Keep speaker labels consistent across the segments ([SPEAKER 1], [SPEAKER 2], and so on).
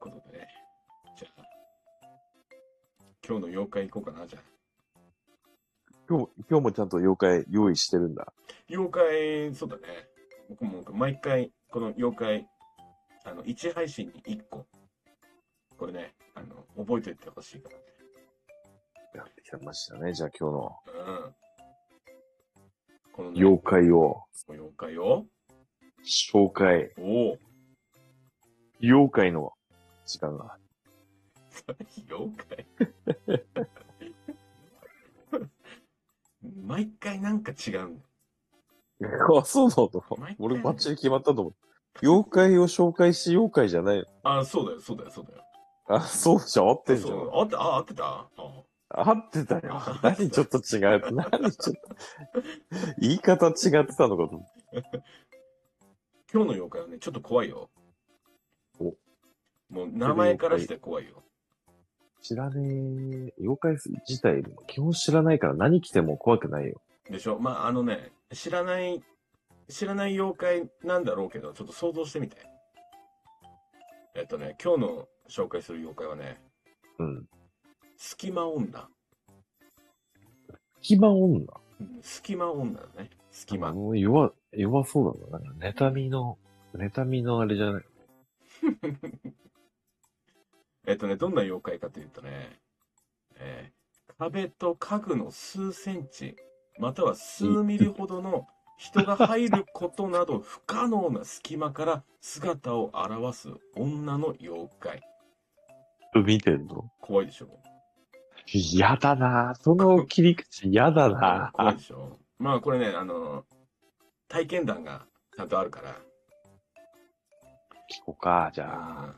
[SPEAKER 1] ことで、じゃあ、今日の妖怪行こうかな、じゃあ。
[SPEAKER 2] 今日、今日もちゃんと妖怪用意してるんだ。
[SPEAKER 1] 妖怪、そうだね。僕も毎回、この妖怪、あの、1配信に1個。これね、あの、覚えておいてほしいからね。
[SPEAKER 2] やってきましたね。じゃあ今日の
[SPEAKER 1] うん。このね、
[SPEAKER 2] 妖怪を
[SPEAKER 1] 妖怪を、
[SPEAKER 2] 紹介、
[SPEAKER 1] おお、
[SPEAKER 2] 妖怪の時間が。
[SPEAKER 1] 妖怪。 毎回なんか違うんだよ
[SPEAKER 2] あ、そうなの俺バッチリ決まったと思う。妖怪を紹介し妖怪じゃない。
[SPEAKER 1] あ、そうだよ、そうだよ、そうだよ。
[SPEAKER 2] あ、そうじゃん合ってんじゃ。
[SPEAKER 1] そうんあって、あ、合ってたあ
[SPEAKER 2] 合ってたよ。 何ちょっと違う。何ちょっと。言い方違ってたのかと思う。
[SPEAKER 1] 今日の妖怪はね、ちょっと怖いよ。
[SPEAKER 2] お
[SPEAKER 1] もう名前からして怖いよ。
[SPEAKER 2] 知らねえ。妖怪自体、基本知らないから何着ても怖くないよ。
[SPEAKER 1] でしょまあ、あのね、知らない、知らない妖怪なんだろうけど、ちょっと想像してみて。えっとね、今日の紹介する妖怪はね、
[SPEAKER 2] うん。
[SPEAKER 1] 隙間女。
[SPEAKER 2] 基盤女。
[SPEAKER 1] うん隙間女だね。隙間。
[SPEAKER 2] もう弱、弱そうだな。なんか、妬みの、妬みのあれじゃない。
[SPEAKER 1] えっとね、どんな妖怪かというとね、えー壁と家具の数センチ、または数ミリほどの人が入ることなど不可能な隙間から姿を現す女の妖怪。
[SPEAKER 2] 見てんの
[SPEAKER 1] 怖いでしょ
[SPEAKER 2] 嫌だなその切り口嫌だな
[SPEAKER 1] 怖いでしょまあこれね、あの、体験談がちゃんとあるから。
[SPEAKER 2] 聞こうか、じゃあ。
[SPEAKER 1] あのね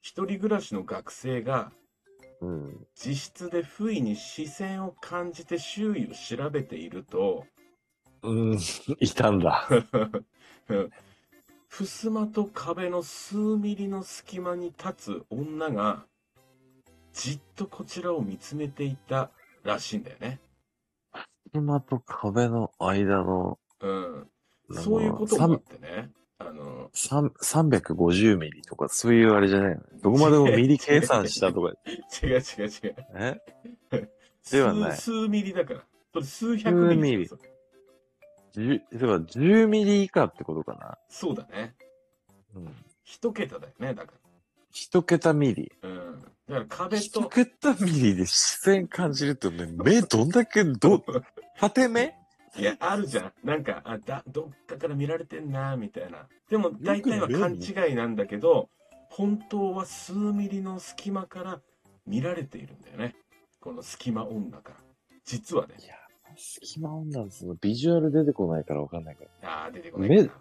[SPEAKER 1] 一人暮らしの学生が
[SPEAKER 2] うん。
[SPEAKER 1] 自室で不意に視線を感じて周囲を調べていると、
[SPEAKER 2] うん、いたんだ。
[SPEAKER 1] 襖と壁の数ミリの隙間に立つ女が、じっとこちらを見つめていたらしいんだよね。
[SPEAKER 2] 今と壁の間の、
[SPEAKER 1] うん。
[SPEAKER 2] あの
[SPEAKER 1] そういうこともあってね。あの、
[SPEAKER 2] 三350ミリとか、そういうあれじゃないのどこまでもミリ計算したとか。
[SPEAKER 1] 違う違う違う。
[SPEAKER 2] え
[SPEAKER 1] 数
[SPEAKER 2] ではない
[SPEAKER 1] 数ミリだから。それ数百ミリ。
[SPEAKER 2] 数十、例えば10ミリ以下ってことかな
[SPEAKER 1] そうだね。
[SPEAKER 2] うん。
[SPEAKER 1] 一桁だよね、だか
[SPEAKER 2] 一桁ミリ。
[SPEAKER 1] ら。うん。だから壁
[SPEAKER 2] 一
[SPEAKER 1] と、
[SPEAKER 2] 桁ミリで視線感じるって、ね、目どんだけ、 ど、縦目
[SPEAKER 1] いや、あるじゃん。なんか、あ、だ、どっかから見られてんな、みたいな。でも、大体は勘違いなんだけど、本当は数ミリの隙間から見られているんだよね。この隙間女から。実はね。
[SPEAKER 2] いや、隙間女のそのビジュアル出てこないからわかんないから。
[SPEAKER 1] ああ、出てこないか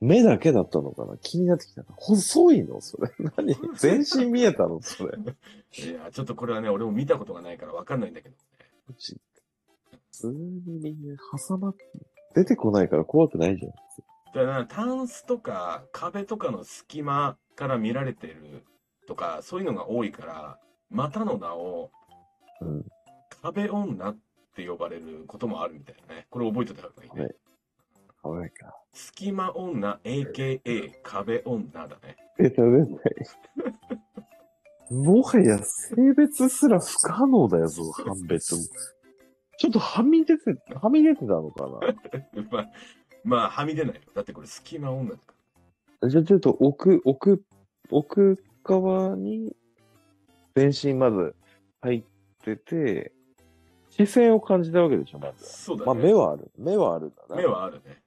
[SPEAKER 2] 目だけだったのかな気になってきたな。細いのそれ。 何全身見えたのそれ。
[SPEAKER 1] な。いや、ちょっとこれはね、俺も見たことがないからわかんないんだけどね。
[SPEAKER 2] 普通に挟まって、出てこないから怖くないじゃん。
[SPEAKER 1] だから、タンスとか壁とかの隙間から見られてるとか、そういうのが多いから、またの名を
[SPEAKER 2] うん。
[SPEAKER 1] 壁女って呼ばれることもあるみたいなね。これ覚えておいた方がいいね。
[SPEAKER 2] はいかわいいか。
[SPEAKER 1] 隙間女 AKA 壁女だね。
[SPEAKER 2] え、食べない。もはや性別すら不可能だよ、その判別も。 ちょっとはみ出て、はみ出てたのか
[SPEAKER 1] まあ、まあ、はみ出ないよ。だってこれ隙間女だか
[SPEAKER 2] なじゃあちょっと奥、奥、奥側に、全身まず入ってて、視線を感じたわけでしょ、ま
[SPEAKER 1] ら。
[SPEAKER 2] ず。
[SPEAKER 1] そうだね。
[SPEAKER 2] まあ目はある。目はあるんだな。
[SPEAKER 1] 目はあるね。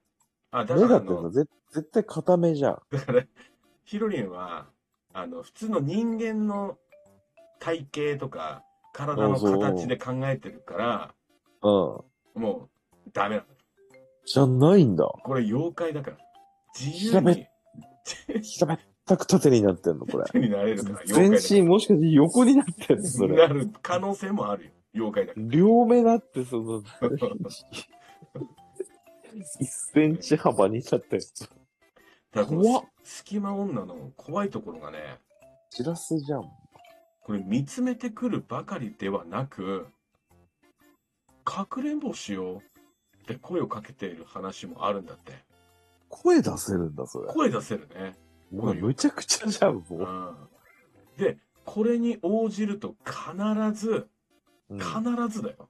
[SPEAKER 1] あ、だか
[SPEAKER 2] 目
[SPEAKER 1] ら
[SPEAKER 2] だ
[SPEAKER 1] あ
[SPEAKER 2] ってさ
[SPEAKER 1] の、
[SPEAKER 2] ぜ絶対固めじゃん。
[SPEAKER 1] ヒロリンは、あの、普通の人間の体型とか、体の形で考えてるから、
[SPEAKER 2] うん。
[SPEAKER 1] もう、ダメなの。
[SPEAKER 2] じゃないんだ。
[SPEAKER 1] これ妖怪だから。自由
[SPEAKER 2] 調べ
[SPEAKER 1] に、
[SPEAKER 2] 平べったく縦になってんの、これ。
[SPEAKER 1] 自由になれるから、
[SPEAKER 2] 全
[SPEAKER 1] 妖怪だ
[SPEAKER 2] 身もしかして横になってんの、そ
[SPEAKER 1] から。な
[SPEAKER 2] れ。
[SPEAKER 1] る可能性もあるよ。妖怪だか
[SPEAKER 2] 両目だってその、
[SPEAKER 1] ら。
[SPEAKER 2] 1センチ幅に なってる。
[SPEAKER 1] だからこ
[SPEAKER 2] 怖っ
[SPEAKER 1] の隙間女の怖いところがね、
[SPEAKER 2] しらすじゃん。
[SPEAKER 1] これ見つめてくるばかりではなく、かくれんぼしようって声をかけている話もあるんだって。
[SPEAKER 2] 声出せるんだ、それ。
[SPEAKER 1] 声出せるね。
[SPEAKER 2] もうむちゃくちゃじゃん、
[SPEAKER 1] う
[SPEAKER 2] も
[SPEAKER 1] んで、これに応じると必ず、
[SPEAKER 2] う。
[SPEAKER 1] 必
[SPEAKER 2] か
[SPEAKER 1] ずだよ。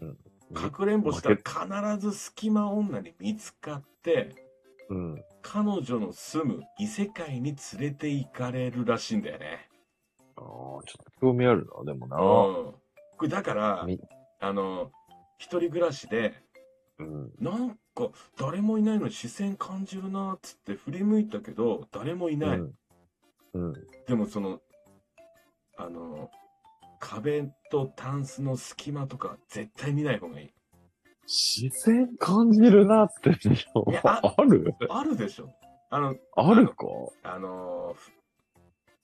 [SPEAKER 2] うん
[SPEAKER 1] かくれんぼしたら必ず隙間女に見つかって、
[SPEAKER 2] うん。
[SPEAKER 1] 彼女の住む異世界に連れて行かれるらしいんだよね。
[SPEAKER 2] ああ、ちょっと興味あるな、でも
[SPEAKER 1] うん
[SPEAKER 2] な。
[SPEAKER 1] これだから
[SPEAKER 2] み、
[SPEAKER 1] あの、一人暮らしで、
[SPEAKER 2] うん。
[SPEAKER 1] なんか誰もいないのに視線感じるなーっつって振り向いたけど、誰もいない。
[SPEAKER 2] うん。うん。
[SPEAKER 1] でもその、あの、壁とタンスの隙間とか絶対見ない方がいい。
[SPEAKER 2] 視線感じるなって、
[SPEAKER 1] いやあ
[SPEAKER 2] あある
[SPEAKER 1] あるでしょあの、
[SPEAKER 2] あるか
[SPEAKER 1] あの、ふ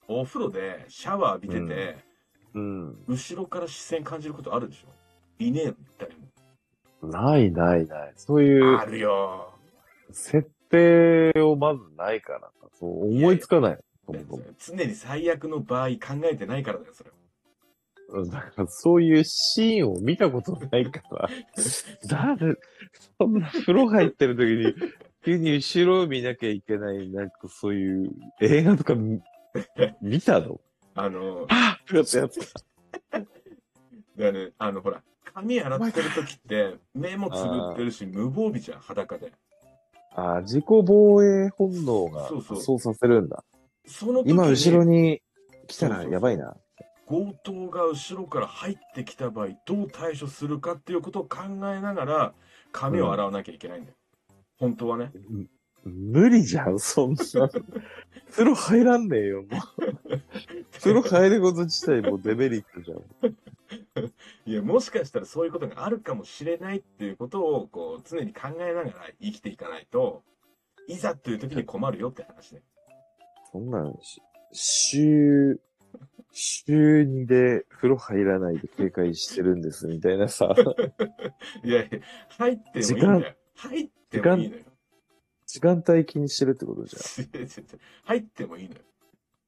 [SPEAKER 1] お風呂でシャワー浴びてて、
[SPEAKER 2] うん。
[SPEAKER 1] 後ろから視線感じることあるでしょいねえの、誰も。
[SPEAKER 2] ないないない。そういう
[SPEAKER 1] あるよ
[SPEAKER 2] 設定をまずないからさそう思いつかない。そもそも
[SPEAKER 1] 常に最悪の場合考えてないからだよ、それは。
[SPEAKER 2] うんだからそういうシーンを見たことないから。だって、そんな風呂入ってる時に、急に後ろを見なきゃいけない、なんかそういう映画とか見見たの
[SPEAKER 1] あの、
[SPEAKER 2] あっってやつ。
[SPEAKER 1] だからね、あの、ほら、髪洗ってる時って、目もつぶってるし、無防備じゃん、裸で。
[SPEAKER 2] ああ、自己防衛本能が
[SPEAKER 1] そうそう
[SPEAKER 2] そうさせるんだ。
[SPEAKER 1] その時に
[SPEAKER 2] 今後ろに来
[SPEAKER 1] そ
[SPEAKER 2] た
[SPEAKER 1] う
[SPEAKER 2] ら
[SPEAKER 1] そう
[SPEAKER 2] やばいな。
[SPEAKER 1] 強盗が後ろから入ってきた場合どう対処するかっていうことを考えながら髪を洗わなきゃいけないんだよ、本当はね
[SPEAKER 2] 無理じゃん、そんな。 風呂入らんねえよ、もう。風呂入ること自体もうデメリットじゃん。
[SPEAKER 1] いやもしかしたらそういうことがあるかもしれないっていうことをこう常に考えながら生きていかないといざという時に困るよって話ね
[SPEAKER 2] そんなんし、週、週2で風呂入らないで警戒してるんです、みたいな さ。
[SPEAKER 1] いやいや入ってもいいんだよ入ってもいいのよ
[SPEAKER 2] 時間帯気にしてるってことじ
[SPEAKER 1] 違う違う違う入ってもい いのよ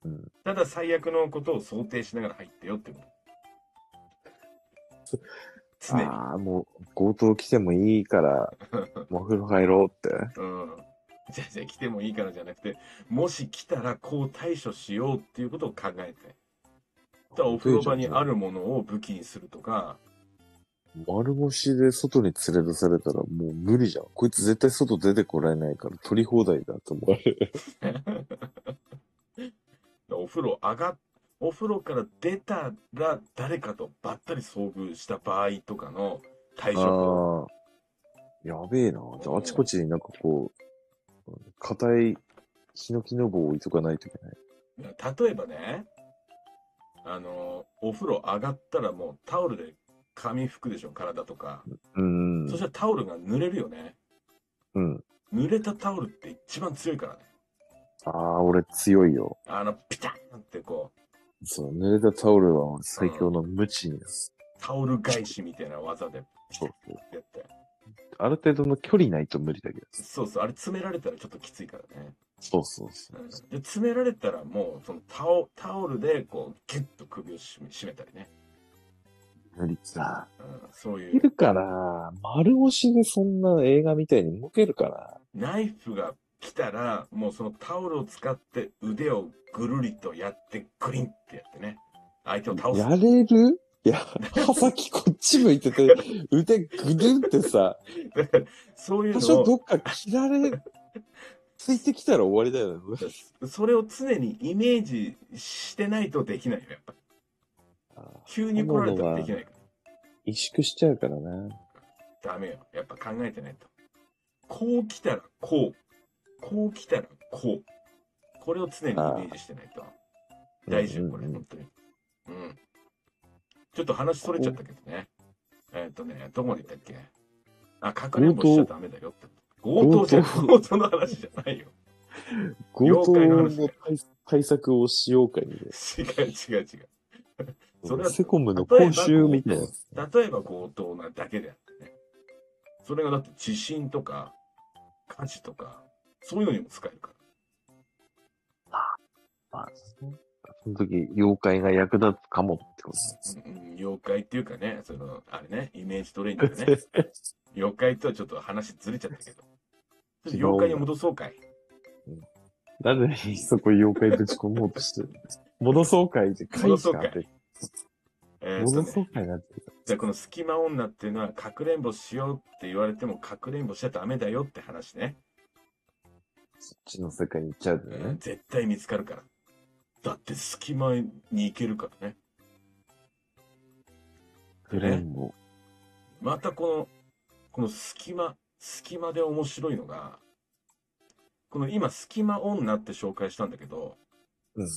[SPEAKER 2] ゃん。うん。
[SPEAKER 1] ただ最悪のことを想定しながら入ってよってこと常に
[SPEAKER 2] ああ、もう強盗来てもいいから、もう風呂入ろうって。
[SPEAKER 1] うん。じゃあじゃあ来てもいいからじゃなくて、もし来たらこう対処しようっていうことを考えて。だからお風呂場にあるものを武器にするとか、
[SPEAKER 2] 丸腰で外に連れ出されたらもう無理じゃん。こいつ絶対外出てこられないから取り放題だと思われる。
[SPEAKER 1] お風呂上がっ、お風呂から出たら誰かとばったり遭遇した場合とかの対処法。
[SPEAKER 2] ああ。やべえな。じゃああちこちになんかこう、うん硬いヒノキの棒を置いとかないといけない。
[SPEAKER 1] 例えばね、あの、お風呂上がったらもうタオルで髪拭くでしょ、体とか。
[SPEAKER 2] うん
[SPEAKER 1] そし。たらタオルが濡れるよね。
[SPEAKER 2] うん。
[SPEAKER 1] 濡れたタオルって一番強いからね。
[SPEAKER 2] ああ、俺強いよ。
[SPEAKER 1] あの、ピタンってこう、
[SPEAKER 2] そう、濡れたタオルは俺最強の無知です。
[SPEAKER 1] タオル返しみたいな技で、ピタ
[SPEAKER 2] そ
[SPEAKER 1] ン
[SPEAKER 2] うそう。
[SPEAKER 1] ってやって。
[SPEAKER 2] ある程度の距離ないと無理だけど。
[SPEAKER 1] そうそう、あれ詰められたらちょっときついからね。。
[SPEAKER 2] そうそうそううん
[SPEAKER 1] で、詰められたらもう、そのタオタオルで、こう、ギュッと首を締め締めたりね。
[SPEAKER 2] 無理さ。
[SPEAKER 1] うん、そうい、
[SPEAKER 2] いうるかな丸押しでそんな映画みたいに動けるかな
[SPEAKER 1] ナイフが来たら、もうそのタオルを使って腕をぐるりとやって、グリンってやってね。相手を倒す。
[SPEAKER 2] やれるいや、刃先こっち向いてて、腕ぐるんってさ、
[SPEAKER 1] だから そういう
[SPEAKER 2] 多少
[SPEAKER 1] の
[SPEAKER 2] ど
[SPEAKER 1] を、
[SPEAKER 2] っか切られ、ついてきたら終わりだよね。
[SPEAKER 1] それを常にイメージしてないとできないよ、やっぱ。急に来られたらできないから。
[SPEAKER 2] 萎縮しちゃうからな。
[SPEAKER 1] ダメよ。やっぱ考えてないと。こう来たらこう。こう来たらこう。これを常にイメージしてないと。大事よ、これ、
[SPEAKER 2] うんうんう
[SPEAKER 1] 本
[SPEAKER 2] ん
[SPEAKER 1] 当に。うん。ちょっと話それちゃったけどね。えっ、とね、どこまで行ったっけあ、かくれんぼしちゃダメだよって。強盗じゃ、
[SPEAKER 2] 強
[SPEAKER 1] 強盗の話じゃないよ。
[SPEAKER 2] 強盗の
[SPEAKER 1] 妖怪の話
[SPEAKER 2] 対対策をしようかにね。
[SPEAKER 1] 違う違う違う。それは
[SPEAKER 2] セコムの講習みたいな。
[SPEAKER 1] 例えば強盗なだけであってね。それがだって地震とか、火事とか、そういうのにも使えるから。
[SPEAKER 2] まあその時、妖怪が役立つかもってこ
[SPEAKER 1] うん妖怪っていうかね、その、あれね、イメージトレーニン
[SPEAKER 2] とで
[SPEAKER 1] グ
[SPEAKER 2] す
[SPEAKER 1] ね
[SPEAKER 2] ね。。
[SPEAKER 1] 妖怪とはちょっと話ずれちゃったけど。
[SPEAKER 2] 違う
[SPEAKER 1] 妖怪に戻そうかい。
[SPEAKER 2] なぜそこ妖怪ぶち込もうとしてる。戻そうかいって、かいしかあって。
[SPEAKER 1] えーっと
[SPEAKER 2] 戻
[SPEAKER 1] ね
[SPEAKER 2] そうかいなって。
[SPEAKER 1] じゃあこの隙間女っていうのは、かくれんぼしようって言われても、かくれんぼしちゃダメだよって話ね。
[SPEAKER 2] そっちの世界に行っちゃうんだよね。
[SPEAKER 1] 絶対見つかるから。だって隙間に行けるからね。
[SPEAKER 2] フレンボ。
[SPEAKER 1] またこの、この隙間、隙間で面白いのが、この今、隙間女って紹介したんだけど、
[SPEAKER 2] うん。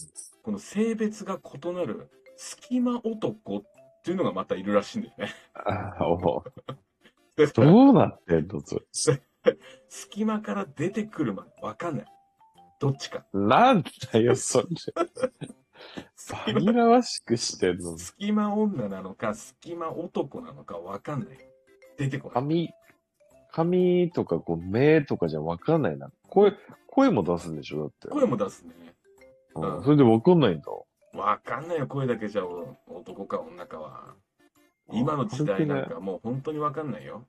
[SPEAKER 1] この性別が異なる隙間男っていうのがまたいるらしいんだよね。
[SPEAKER 2] ああ、おう
[SPEAKER 1] だから
[SPEAKER 2] どうなってんのそれ。
[SPEAKER 1] 隙間から出てくるまでわかんない。どっちか。
[SPEAKER 2] なんだよ、それ。
[SPEAKER 1] 隙間
[SPEAKER 2] 紛らわしくしてんの。
[SPEAKER 1] 隙間女なのか、隙間男なのかわかんない。出てこない。
[SPEAKER 2] 髪、髪とかこう目とかじゃわかんないな。声、声も出すんでしょだって。
[SPEAKER 1] 声も出すね。
[SPEAKER 2] うんそれでわかんないんだ。
[SPEAKER 1] わかんないよ、声だけじゃお男か女かは。今の時代なんかもう本当にわかんないよ。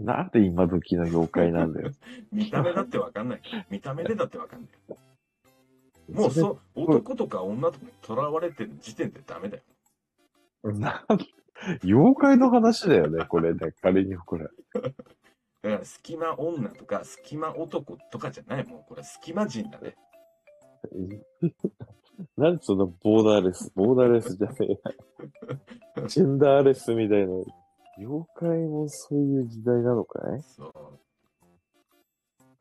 [SPEAKER 2] なんで今時の妖怪なん だよ。
[SPEAKER 1] 見た目だってわかんない。見た目でだってわかんない。もうそう、男とか女とかに囚われてる時点でダメだよ。
[SPEAKER 2] う。なん妖怪の話だよね、これね。仮にこれ。
[SPEAKER 1] だから隙間女とか隙間男とかじゃない、もうこれ隙間人だね。
[SPEAKER 2] なんでそのボーダーレス、ボーダーレスじゃねえや。ジェンダーレスみたいな。妖怪もそういう時代なのかい
[SPEAKER 1] そう。こ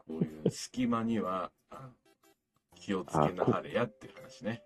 [SPEAKER 1] ういう隙間にはあ気をつけなはれやっていう話ね。